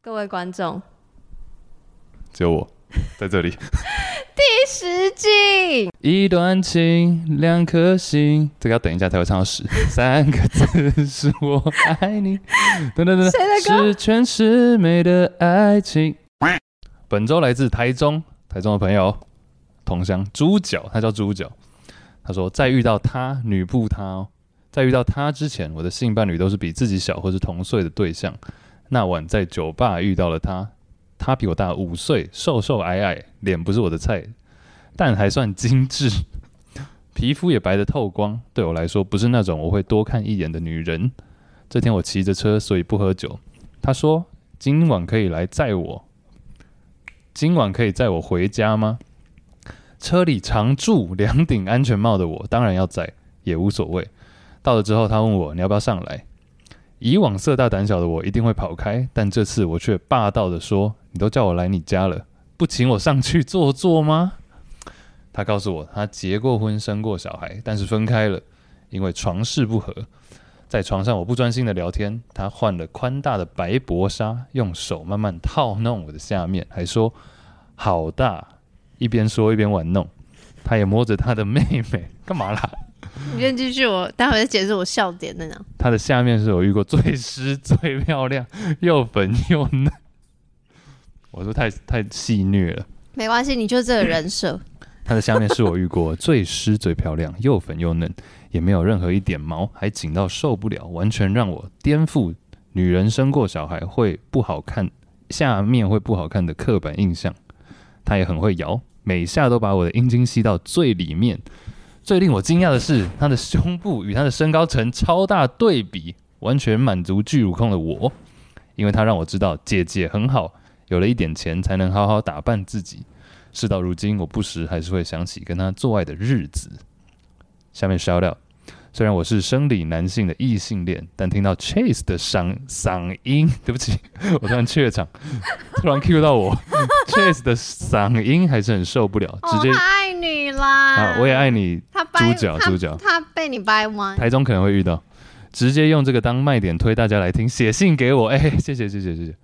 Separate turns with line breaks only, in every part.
各位观众，
只有我在这里。
第十季
一段情，两颗心，这个要等一下才会唱到十。三个字是我爱你， 等等等等，
谁的歌
十全十美的爱情。本周来自台中，台中的朋友，同乡猪脚，他叫猪脚。他说：“再遇到他，女不他哦。在遇到他之前，我的性伴侣都是比自己小或是同岁的对象。那晚在酒吧遇到了他，他比我大五岁，瘦瘦矮矮，脸不是我的菜，但还算精致， 皮肤也白得透光。对我来说，不是那种我会多看一眼的女人。这天我骑着车，所以不喝酒。他说：“今晚可以来载我，今晚可以载我回家吗？”车里常驻两顶安全帽的我，当然要载，也无所谓。到了之后，他问我你要不要上来。以往色大胆小的我一定会跑开，但这次我却霸道的说：“你都叫我来你家了，不请我上去坐坐吗？”他告诉我，他结过婚、生过小孩，但是分开了，因为床事不合。在床上，我不专心的聊天，他换了宽大的白薄纱，用手慢慢套弄我的下面，还说好大，一边说一边玩弄。他也摸着他的妹妹，干嘛啦？
你先继续我，待会再解释我笑点在哪。
他的下面是我遇过最湿、最漂亮、又粉又嫩。我说太太戏虐了。
没关系，你就这个人设。
它的下面是我遇过最湿、最漂亮、又粉又嫩，也没有任何一点毛，还紧到受不了，完全让我颠覆女人生过小孩会不好看，下面会不好看的刻板印象。她也很会摇，每下都把我的阴茎吸到最里面。最令我惊讶的是，她的胸部与她的身高呈超大对比，完全满足巨乳控的我，因为她让我知道姐姐很好，有了一点钱才能好好打扮自己。事到如今，我不时还是会想起跟他做爱的日子。下面 shout out，虽然我是生理男性的异性恋，但听到 Chase 的嗓嗓音，对不起，我突然怯场， 突然 cue 到我 Chase 的嗓音还是很受不了，直接、
哦，他爱你啦！
啊，我也爱你，
他掰
猪脚
他
猪脚
他被你掰弯。
台中可能会遇到，直接用这个当卖点推大家来听，写信给我，哎、 谢谢谢谢谢谢，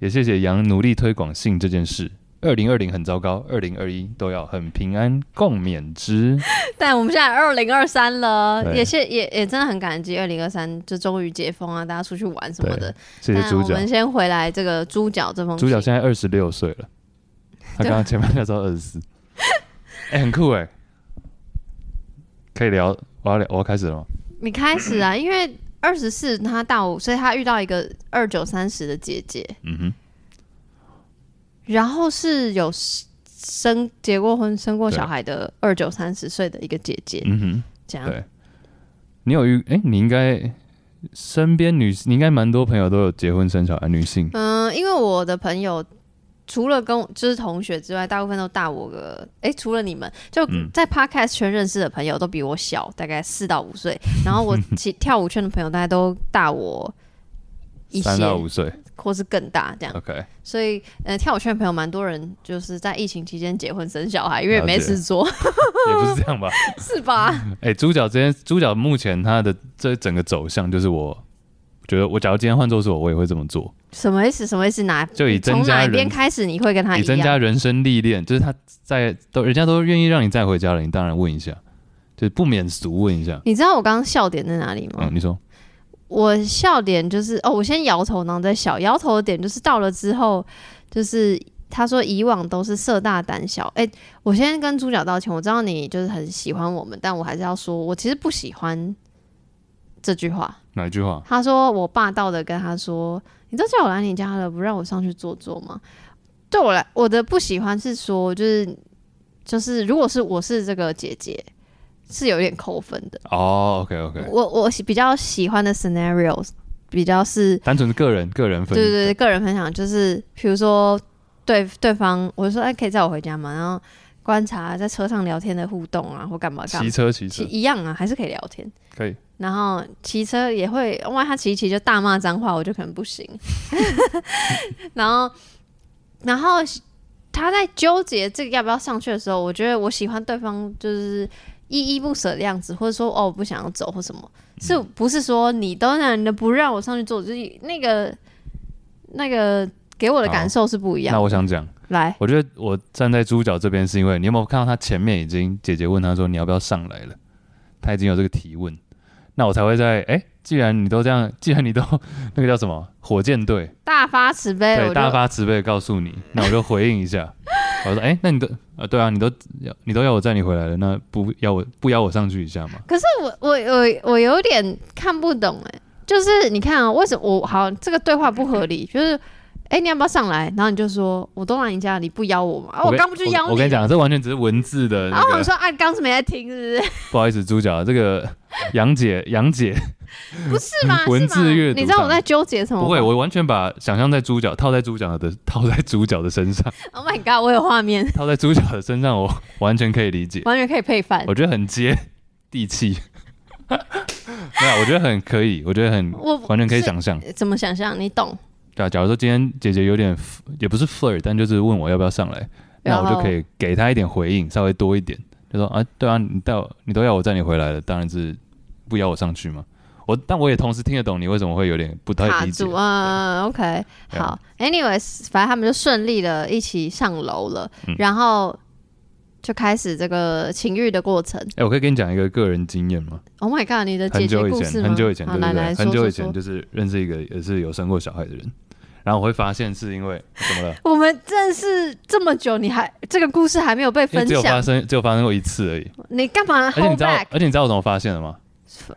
也谢谢杨努力推广性这件事。二零二零很糟糕，二零二一都要很平安，共勉之。
但我们现在二零二三了，
对
也是也也真的很感激二零二三，就终于解封啊，大家出去玩什么的。
谢谢
但
猪
我
脚。
们先回来这个猪脚这封
主
信
角现在二十六岁了，他刚刚前面那时候二十 四，哎，很酷哎、可以聊，我要聊，我要开始了吗？
你开始啊，因为二十四他大五，所以他遇到一个二九三十的姐姐，
嗯哼，
然后是有生结过婚、生过
对
小孩的二九三十岁的一个姐姐，
嗯哼，
这样
对你有遇哎、你应该身边女，你应该蛮多朋友都有结婚生小孩，女性，
嗯，因为我的朋友除了跟我就是同学之外，大部分都大我个，哎、除了你们，就
嗯
在 podcast 圈认识的朋友都比我小，大概四到五 岁。然后我其跳舞圈的朋友大概都大我一
三
些，
到五嗯岁
或是更大这样。
，OK，
所以，呃，跳舞圈的朋友蛮多人就是在疫情期间结婚生小孩，因为也
了
没
解
事做，
也不是这样吧？
是吧？
哎、主角今天，主角目前他的这整个走向就是我。觉得我假如今天换做是我，我也会这么做，
什么意思？什么意思？哪
就以增
从哪
加
一边
人
开始你会跟他
你
一
增
样？
加人生历练，就是他在都人家都愿意让你再回家了，你当然问一下，就是不免俗问一下。
你知道我刚刚笑点在哪里吗？
嗯，你说
我笑点就是哦，我先摇头，然后再笑。摇头的点就是到了之后，就是他说以往都是色大胆小。哎、我先跟猪脚道歉，我知道你就是很喜欢我们，但我还是要说，我其实不喜欢这句话。
哪一句话？
他说我霸道的跟他说：“你都叫我来你家了，不让我上去坐坐吗？”对我来，我的不喜欢是说，就是就是，如果是我是这个姐姐，是有点扣分的。
哦，OK OK，
我我喜比较喜欢的 scenario 比较是
单纯是个人个人分
对对对，个人分享就是，比如说对对方，我就说哎，可以载我回家吗？然后观察在车上聊天的互动啊，或干嘛干
骑
嘛，
车骑
其
车
一样啊，还是可以聊天。
可以，
然后骑车也会，万一他骑一骑就大骂脏话，我就可能不行。 然后，然后他在纠结这个要不要上去的时候，我觉得我喜欢对方就是依依不舍的样子，或者说哦我不想要走或什么，是不是说你当然的不让我上去坐，就是那个那个给我的
好
感受是不一样
那。我想讲，
来，
我觉得我站在猪脚这边是因为你有没有看到他前面已经姐姐问他说你要不要上来了，他已经有这个提问，那我才会在哎、既然你都这样，既然你都那个叫什么火箭队，
大发慈悲，哎我
对，
就
大发慈悲告诉你， 那我就回应一下，我说哎、那你都呃对啊，你都你都要我载你回来了，那不要我不邀我上去一下吗？
可是我我我我有点看不懂哎、就是你看啊、为什么我好这个对话不合理？就是哎、你要不要上来？然后你就说我都来你家，你不邀我吗？啊，我
跟
刚不就邀你
我？跟你讲，这完全只是文字的、
然后
那
我
个。
说啊，你刚是没在听是
不好意思，猪脚，这个杨姐杨姐
不是？不是吗？
文字
是吗
阅读
你知道
上
我在纠结什么吗？
不会，我完全把想象在猪脚套在猪脚的套在猪脚的身上。
Oh my god，我有画面，
套在猪脚的身上，我完全可以理解，
完全可以配饭。
我觉得很接地气。 没有，我觉得很可以，我觉得很
我
完全可以想象。
怎么想象？你懂？
对啊，假如说今天姐姐有点 f- 也不是 flirt，但就是问我要不要上来，那
然
我
后
就可以给她一点回应，稍微多一点，就说啊，对啊，你带我，你都要我载你回来了，当然是不邀我上去嘛。我但我也同时听得懂你为什么会有点不太
卡
理解
住，嗯，OK，
对
好，anyways，反正他们就顺利的一起上楼了，
嗯
然后就开始这个情欲的过程。
哎、我可以跟你讲一个个人经验吗？
Oh my god，你的姐
很
姐
久以
故事
前，
吗？
很久以前，
好
对
来
对
来
对，
说
很久
说
以前
说
就是认识一个也是有生过小孩的人，然后我会发现是因为怎么了？
我们认识这么久，你还这个故事还没有被
因为
分
只有发
享，
生只有发生过一次而已，
你干嘛
而且你
hold
知道
back？，
而且你知道我怎么发现的吗？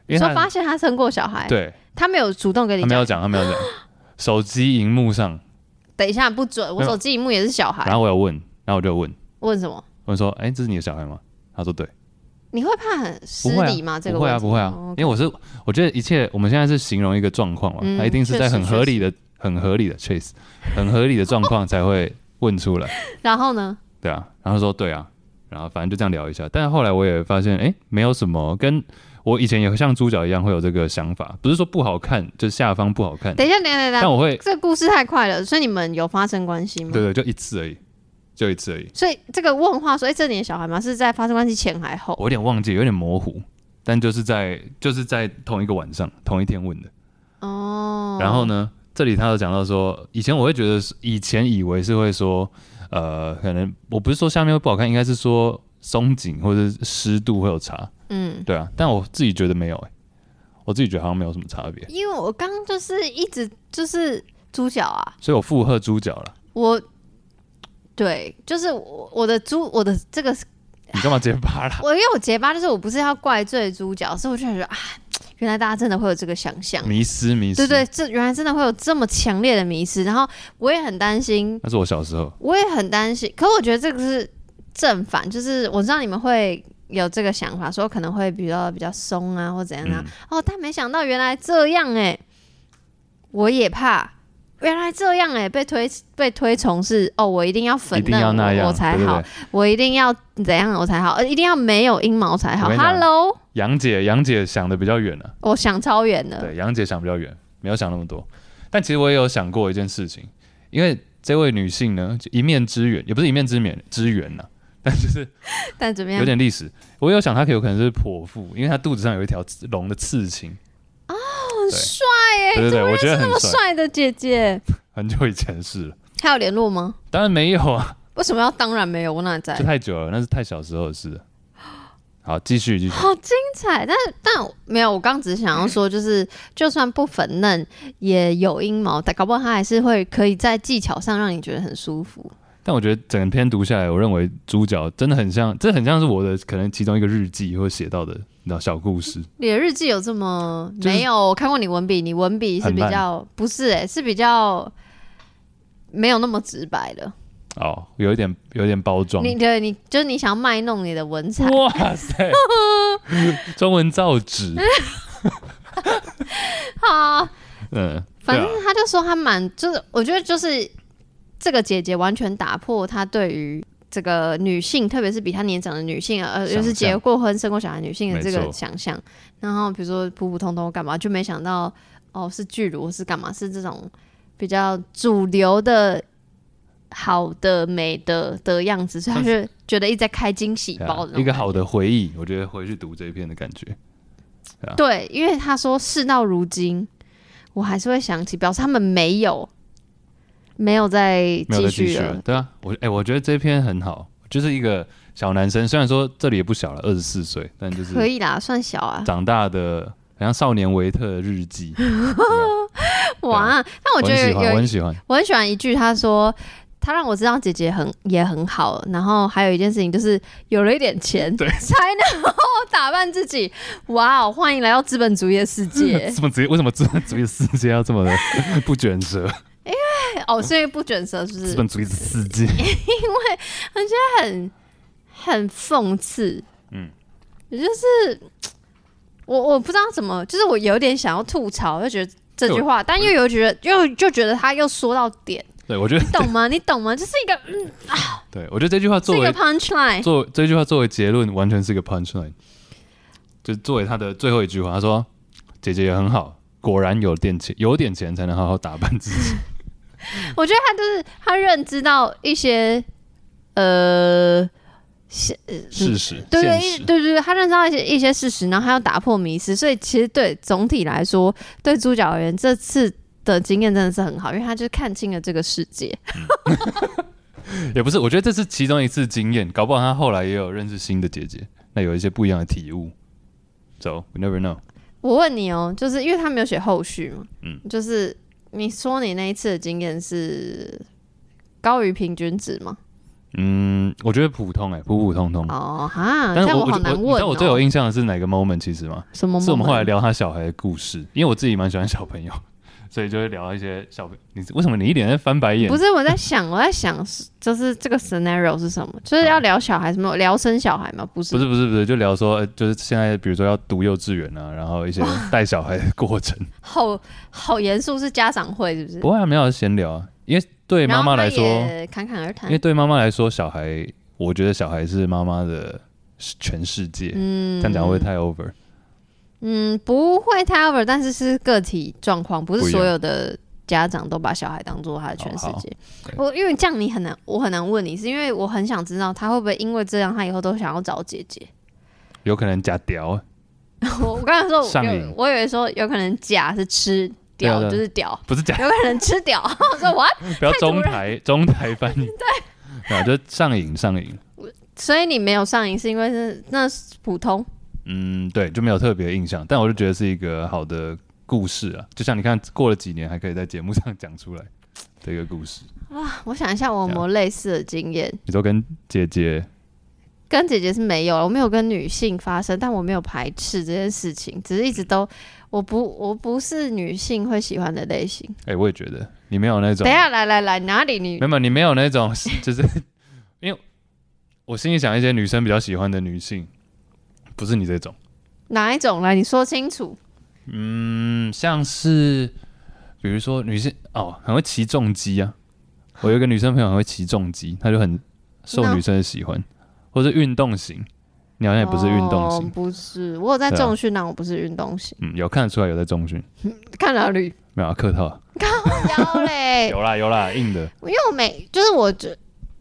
因为
说
他
发现他生过小孩，
对，
他没有主动给你
他没有讲，他没有讲，手机荧幕上，
等一下不准，我
没有啊
手机荧幕也是小
然
孩，
后我有问，然后我就问，
问什么？
我就说，哎，这是你的小孩吗？他说对，
你会怕很失
不会
礼吗？
啊，
这个
不会啊，
问题
不会啊
哦，
因为我是我觉得一切我们现在是形容一个状况嘛，
嗯
他一定是在
确实
很合理的、很合理的 chase，很合理的状况才会问出来。
然后呢？
对啊，然后说对啊，然后反正就这样聊一下。但后来我也发现，哎，没有什么，跟我以前也像猪脚一样会有这个想法，不是说不好看，就是下方不好看，
等一下，等一下，等一下，
但我会，
这个故事太快了，所以你们有发生关系吗？
对对，就一次而已，就一次而已，
所以这个问话说，哎、这你的小孩吗？是在发生关系前还后？
我有点忘记，有点模糊，但就是在就是在同一个晚上，同一天问的。
哦，
然后呢，这里他有讲到说，以前我会觉得是，以前以为是会说，呃，可能我不是说下面会不好看，应该是说松紧或者是湿度会有差。
嗯，
对啊，但我自己觉得没有、欸，我自己觉得好像没有什么差别，
因为我刚刚就是一直就是猪脚啊，
所以我附和猪脚了。
我对，就是我我的猪，我的这个，
你干嘛结巴啦？
我因为我结巴，就是我不是要怪罪猪脚，是我就想说啊，原来大家真的会有这个想象，
迷失，迷
对
失。
对，，这原来真的会有这么强烈的迷失，然后我也很担心
那是我小时候。
我也很担心，可我觉得这个是正反，就是我知道你们会有这个想法，说可能会比较比较松啊，或怎样
嗯
啊。哦，但没想到原来这样哎、我也怕，原来这样哎、被推被推崇是哦，我一定要粉
一
嫩，
定要那样，
我我才
对
好，
对对
我一定要怎样我才好，呃，一定要没有阴毛才好。
我跟你讲
Hello，
杨姐，杨姐想的比较远啊。
我想超远了，
对，杨姐想比较远，没有想那么多。但其实我也有想过一件事情，因为这位女性呢，就一面之缘，也不是一面之缘，之缘呐、但就是
但怎么
有
样？
点历史。我有想她有可能是剖腹，因为她肚子上有一条刺龙的刺青。
哦很
对
帅哎、
对
怎
对对，
么
我觉得很
那么
帅。
帅的姐姐，
很久以前的事了，
还有联络吗？
当然没有啊。
为什么要当然没有？我哪在
这？太久了，那是太小时候的事了。好，继续继续。
好精彩，但但没有，我刚只是想要说，就是就算不粉嫩，也有阴毛，但搞不好它还是会可以在技巧上让你觉得很舒服。
但我觉得整篇读下来，我认为主角真的很像，这很像是我的可能其中一个日记或写到的，你知道小故事。
你的日记有这么、
就是
没有？我看过你文笔，你文笔是比较不是哎、是比较没有那么直白的。
哦，有一点有一点包装。
你对你就是你想要卖弄你的文采，
哇 塞，中文造纸。
哎好，
嗯，
反正
对啊
他就说他蛮，就是我觉得就是这个姐姐完全打破他对于这个女性，特别是比她年长的女性，呃，
想象
又是结过婚、生过小孩的女性的这
没
个
错
想象。然后比如说普普通通干嘛，就没想到哦是巨乳是干嘛，是这种比较主流的。好的、美的的样子，所以他就觉得一直在开惊喜
对啊
包的那种感觉、
一个好的回忆，我觉得回去读这一篇的感觉。
对，因为他说事到如今，我还是会想起，表示他们没有，没有再
没有再
继
继
续
续了
了。。
对啊，我哎、我觉得这篇很好，就是一个小男生，虽然说这里也不小了，二十四岁，但就是
可以啦，算小啊，
长大的，很像少年维特的日记。有没有
哇！ 但我
我
觉
很
得
喜欢，我
有
很喜欢。
我很喜欢一句，他说他让我知道姐姐很也很好，然后还有一件事情就是有了一点钱，
对
才能好好打扮自己。哇哦，欢迎来到资本主义的世界！
这么直接？为什么资本主义世界要这么的不卷舌？
哦，所以不卷舌是不
资
是
本主义世界，
很很讽刺？嗯
嗯，
也就是我我不知道怎么，就是我有点想要吐槽，就觉得这句话，但又有觉得又就觉得他又说到点，
对我觉得
你，懂 吗？你懂吗？这是一个
对我觉得这句话
这
作
个
为
punch line，
作这句话作为结论，完全是一个 punch line，就作为他的最后一句话，他说：“姐姐也很好，果然有点钱，有点钱才能好好打扮自己。
我觉得他就是他认知到一些呃。现”
事实，
对对
现实
一对对，对他认识到一些一些事实，然后他要打破迷思，所以其实对总体来说，对主角而言，这次的经验真的是很好，因为他就是看清了这个世界。
也不是，我觉得这是其中一次经验，搞不好他后来也有认识新的姐姐，那有一些不一样的体悟。So we never know。
我问你哦，就是因为他没有写后续嘛，
嗯
就是你说你那一次的经验是高于平均值吗？
嗯，我觉得普通哎、普普通通。
哦哈，
但
这
是
样
我
好难
你知
问、
道
哦。
我最有印象的是哪个 moment 其实吗？
什么？
是我们后来。聊他小孩的故事，因为我自己蛮喜欢小朋友，所以就会聊一些小朋你为什么你一脸在翻白眼？啊
不是我在想，我在想，就是这个 scenario 是什么？就是要聊小孩，什么聊生小孩吗？不是，
不是不是不是，就聊说，呃就是现在比如说要读幼稚园啊，然后一些带小孩的过程。
好好严肃，是家长会是不是？
不过还没有闲聊啊，因为对妈妈来说，
然后他也侃侃而谈啊
因为，对妈妈来说，小孩，我觉得小孩是妈妈的全世界。
嗯
这样讲会不会太 over？
嗯，不会太 over，但是是个体状况，不
不
是
一样哦
所有的家长都把小孩当做他的全世
好好
界。
对
我因为这样你很难，我很难问你，是因为我很想知道他会不会因为这样，他以后都想要找姐姐。
有可能假屌啊，
我我刚才说我
上
有
瘾，
我以为说有可能甲是吃屌，
对啊对啊
就是屌，
不是假，
有可能吃屌。 我说 what？
不要中台 中台翻译。对，啊，就上瘾上瘾。
所以你没有上瘾是因为是那是普通
嗯，对，就没有特别印象，但我就觉得是一个好的故事啊。就像你看，过了几年还可以在节目上讲出来这个故事。
哇？我想一下，我有没
啊
有类似的经验？
你都跟姐姐
跟姐姐是没有，我没有跟女性发生，但我没有排斥这件事情，只是一直
嗯
都我不我不是女性会喜欢的类型。
哎、我也觉得你没有那种，
等一
没
下来来来，哪里女
有啊没有你没有那种， 就是因为我心里想一些女生比较喜欢的女性，不是你这种，
哪一种来？你说清楚。
嗯，像是比如说女性哦，很会骑重机啊，我有一个女生朋友很会骑重机，她就很受
No
女生的喜欢或是运动型，你好像也不是运动型
哦，不是，我有在
对啊
重训，但我不是运动型。
嗯，有看得出来有在重训，
看哪里？
没有、啊、客套，
腰 嘞，
有啦有啦，硬的，
因为我每就是我觉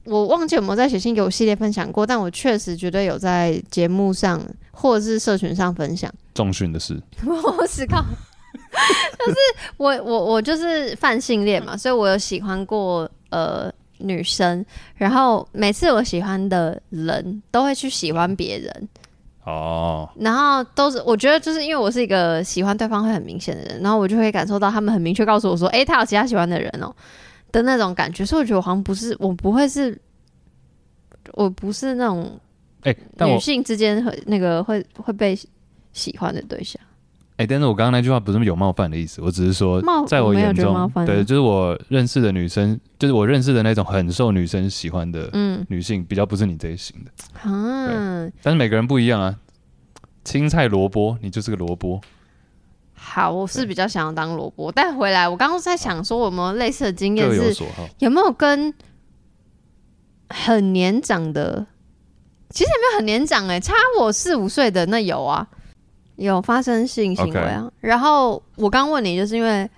我忘记有没有在写信给我系列分享过，但我确实绝对有在节目上或者是社群上分享。
重训的事，
我思 考，就是我我我就是泛性恋嘛，所以我有喜欢过呃嗯女生，然后每次我喜欢的人都会去喜欢别人，
哦，
然后都是我觉得就是因为我是一个喜欢对方会很明显的人，然后我就会感受到他们很明确告诉我说，诶，他有其他喜欢的人哦、的那种感觉，所以我觉得我好像不是，我不会是。我不是那种
哎、但我
女性之间会那个会会被喜欢的对象，
哎、但是我刚刚那句话不是有冒犯的意思，我只是说
冒，
在我
没有
眼
觉得冒
中
犯，啊
对，就是我认识的女生，就是我认识的那种很受女生喜欢的
嗯
女性，比较不是你这一型的。
啊，
但是每个人不一样啊，青菜萝卜，你就是个萝卜，
好，我是比较想要当萝卜，但回来我刚刚在想说，我们有类似的经验
各有
是
所好。
有没有跟很年长的，其实也没有很年长哎、差我四五岁的那有啊，有发生性行为啊。然后我刚问你，就是因为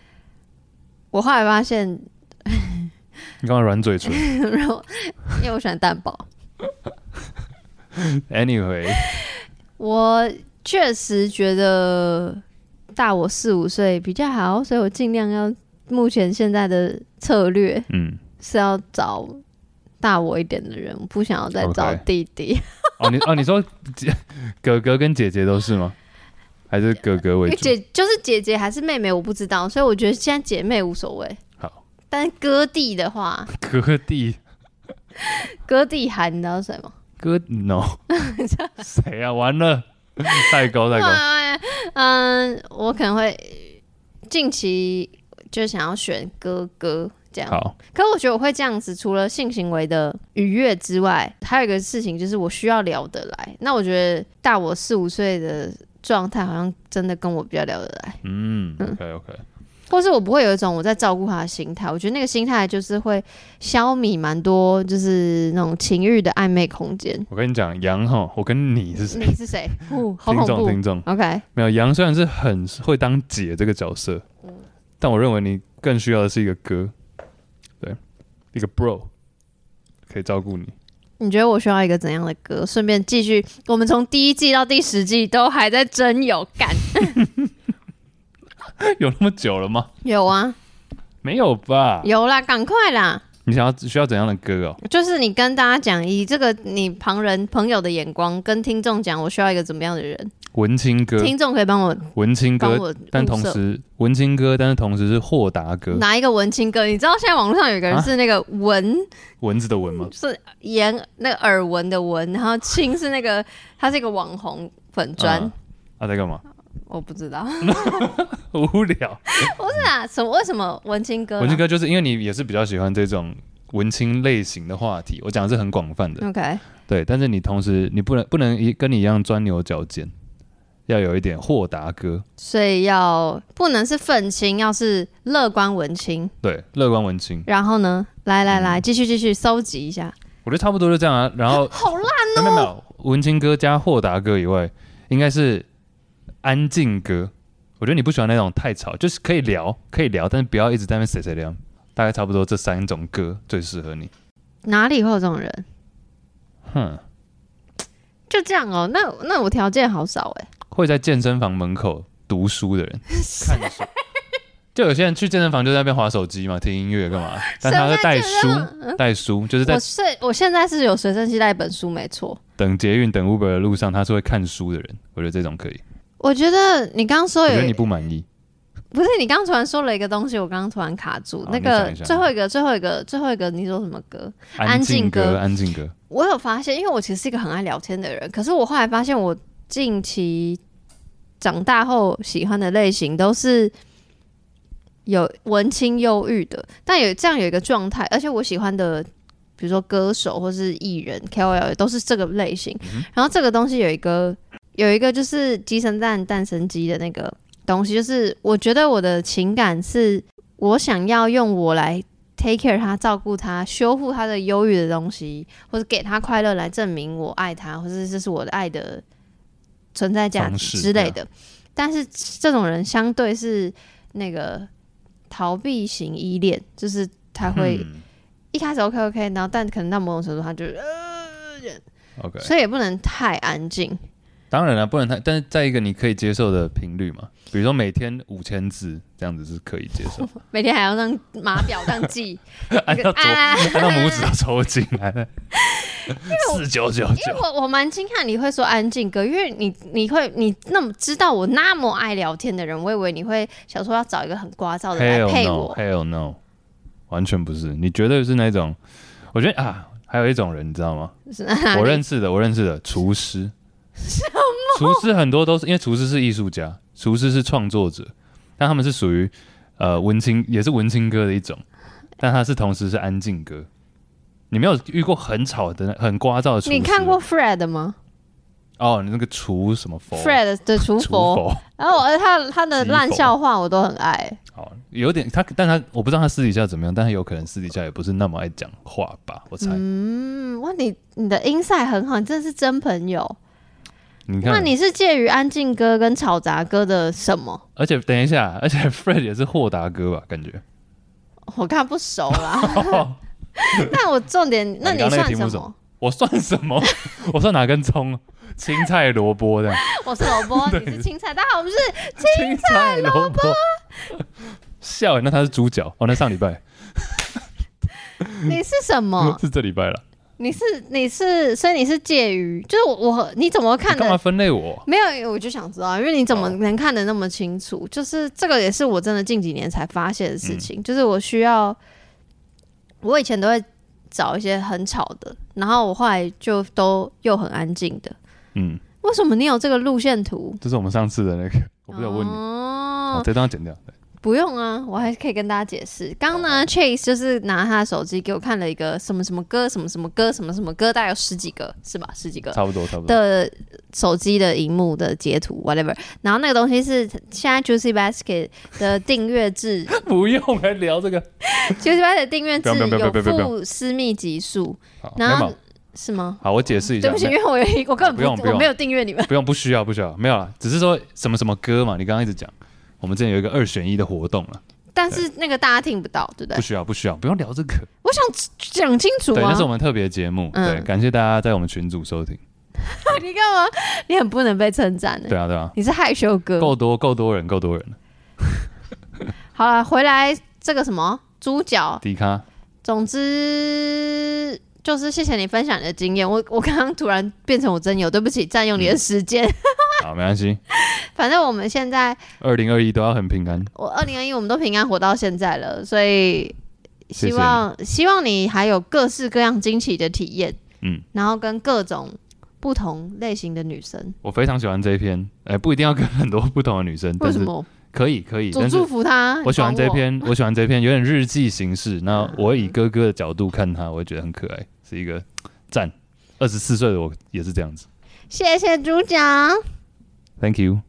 我后来发现，
你刚刚软嘴唇
然后因为我喜欢蛋堡，
，anyway，
我确实觉得大我四五岁比较好，所以我尽量要目前现在的策略
嗯，
是要找大我一点的人，我不想要再找
OK
弟弟
哦，你哦，你说姐哥哥跟姐姐都是吗？还是哥哥为
因为
主？
姐就是姐姐还是妹妹，我不知道，所以我觉得现在姐妹无所谓。
好，
但哥弟的话，
哥弟
哥弟喊你知道谁吗？
哥 no，谁啊？完了， 代沟代沟。
哎 嗯，我可能会近期就想要选哥哥这样。
好，
可我觉得我会这样子，除了性行为的愉悦之外，还有一个事情就是我需要聊得来。那我觉得大我四五岁的状态，好像真的跟我比较聊得来，
嗯，OK OK，
或是我不会有一种我在照顾他的心态。我觉得那个心态就是会消弭蛮多，就是那种情欲的暧昧空间。
我跟你讲，杨哈，我跟你是谁
你？是谁？哦，好
听
恐
众
怖
听。众
OK，
没有杨虽然是很会当姐这个角色，
嗯
但我认为你更需要的是一个哥，对，一个 bro 可以照顾你。
你觉得我需要一个怎样的歌？顺便继续，我们从第一季到第十季都还在真有感，
有那么久了吗？
有啊，
没有吧？
有啦，赶快啦！
你想要需要怎样的歌哦？
就是你跟大家讲，以这个你旁人朋友的眼光跟听众讲，我需要一个怎么样的人？
文青歌，
听众可以帮我
文青
帮
歌，
我
但
物
同
色
时文青歌，但是同时是豁达歌，
拿一个文青哥。你知道现在网络上有一个人
啊
是那个文、
蚊子的蚊吗？
是言那个耳闻的闻，然后青是那个他是一个网红粉砖，
啊啊，在干嘛？
我不知道
无聊。
不是啊，什么为什么文青嗯哥、啊？
文青歌就是因为你也是比较喜欢这种文青类型的话题，我讲的是很广泛的。
OK，
对，但是你同时你不能不能一跟你一样钻牛角尖，要有一点豁达哥，
所以要不能是愤青，要是乐观文青。
对，乐观文青，
然后呢，来来来，继续继续搜集一下，
我觉得差不多就这样啊。然后
好烂
没有没有没有，文青哥加豁达哥以外，应该是安静哥。我觉得你不喜欢那种太吵，就是可以聊可以聊，但是不要一直在那边谁谁聊。大概差不多这三种歌最适合你。
哪里会有这种人？
哼，
就这样哦，那那我条件好少哎、
会在健身房门口读书的人，看书。就有些人去健身房就在那边划手机嘛，听音乐干嘛？但他在带书，带书就是在
我是我现在是有随身携带一本书，没错。
等捷运、等 Uber 的路上，他是会看书的人。我觉得这种可以。
我觉得你刚刚说
我
有
觉得你不满意，
不是你刚刚突然说了一个东西，我刚刚突然卡住
好。
那
你想
个
一想
最后一个最后一个最后一个，你说什么歌？安
安
静
静
哥
哥，安静哥，
我有发现，因为我其实是一个很爱聊天的人，可是我后来发现，我近期长大后喜欢的类型都是有文青忧郁的，但有这样有一个状态，而且我喜欢的，比如说歌手或是艺人 KOL 也都是这个类型。
嗯
然后这个东西有一个有一个就是鸡生蛋，蛋生鸡的那个东西，就是我觉得我的情感是我想要用我来 take care 他、照顾他、修复他的忧郁的东西，或者给他快乐来证明我爱他，或者这是我的爱的存在价
方
值
式
之类的。但是这种人相对是那个逃避型依恋，就是他会
嗯
一开始 OK OK，然后但可能到某种程度他就呃，
OK。
所以也不能太安静。
当然了，不能太，但是在一个你可以接受的频率嘛，比如说每天五千字这样子是可以接 受。
每天还要让码表这样 记，
按照左，
啊
按照拇指要抽筋 来了，四九九
因为
九。
我我蛮惊讶你会说安静哥，因为你你会你那么知道我那么爱聊天的人，我以为你会想说要找一个很聒噪的来
Hell
配我。
no，Hell no，完全不是，你绝对是那种，我觉得啊，还有一种人你知道吗？
是哪里
我认识的，我认识的厨师，厨师很多都是因为厨师是艺术家，厨师是创作者，但他们是属于呃文青，也是文青歌的一种，但他是同时是安静歌。你没有遇过很吵的、很聒噪的厨师？
你看过 Fred 吗
哦？你那个厨什么佛
？Fred 的厨
厨
佛，
佛，
然后我他他的
厨佛
烂笑话我都很爱。
好，有点他，但他我不知道他私底下怎么样，但他有可能私底下也不是那么爱讲话吧，我猜。
嗯，哇，你你的音赛很好，你真的是真朋友。
你
那
看，
你是介于安静哥跟吵杂哥的什么？
而且等一下，而且 Fred 也是豁达哥吧？感觉。
我看不熟 啦。但我重点，那
啊你刚刚那个
算
题目
什
是什
么
么？我算什么？ 我算哪根葱？青菜萝卜这样。
我是萝卜，你是青菜。大家好，我们是
青菜萝卜。笑欸，那他是猪脚哦，那上礼拜？
你是什么
是这礼拜了，
你是你是，所以你是介于，就是我我你怎么看
你干嘛
的？
分类我？
没有，我就想知道，因为你怎么
哦
能看得那么清楚？就是这个也是我真的近几年才发现的
嗯
事情，就是我需要，我以前都会找一些很吵的，然后我后来就都又很安静的。
嗯，
为什么你有这个路线图？
这是我们上次的那个，我不是有问你，
哦
好，这段要剪掉。对
不用啊，我还可以跟大家解释。刚刚
哦
呢，Chase 就是拿他的手机给我看了一个什么什么歌，什么什么歌，什么什么歌，大概有十几个是吧？十几个
差不多，差不多。
的手机的荧幕的截图，whatever。然后那个东西是现在 Juicy Basket 的订阅制
不用来聊这个。
，Juicy Basket 的订阅制
不用不用
有
不用不用不用
附私密集数，
好，没
然后
有。
是吗？
好，我解释一下。
对不起，因为我有一我根本
不用不用
我没有订阅你们。
不用，不需要，不需要，没有啦，只是说什么什么歌嘛，你刚刚一直讲，我们之前有一个二选一的活动了，
但是那个大家听不到，对不对？
不需要，不需要，不用聊这个，
我想讲清楚
对，
啊
那是！我们特别节目，
嗯
对，感谢大家在我们群组收听，
你干嘛？你很不能被称赞的，
对啊，对啊，
你是害羞哥。
够多，够多人，够多人了，
好了，回来这个什么猪脚，
迪卡，
总之就是谢谢你分享你的经验。我我刚刚突然变成我真友，对不起，占用你的时 间。
好，没关系，
反正我们现在，
二零二一都要很平安，
我二零二一我们都平安活到现在了，所以
谢谢
希望希望你还有各式各样惊奇的体验，
嗯，
然后跟各种不同类型的女生。
我非常喜欢这一篇，哎，不一定要跟很多不同的女生，
为
但
什
是
么？
可以，可以，
我
但是
祝福他。
我喜欢这
管
篇，我喜欢这篇，有点日记形式。那我会以哥哥的角度看他，我会觉得很可爱，是一个赞。二十四岁的我也是这样子。
我。谢谢猪脚。
Thank you。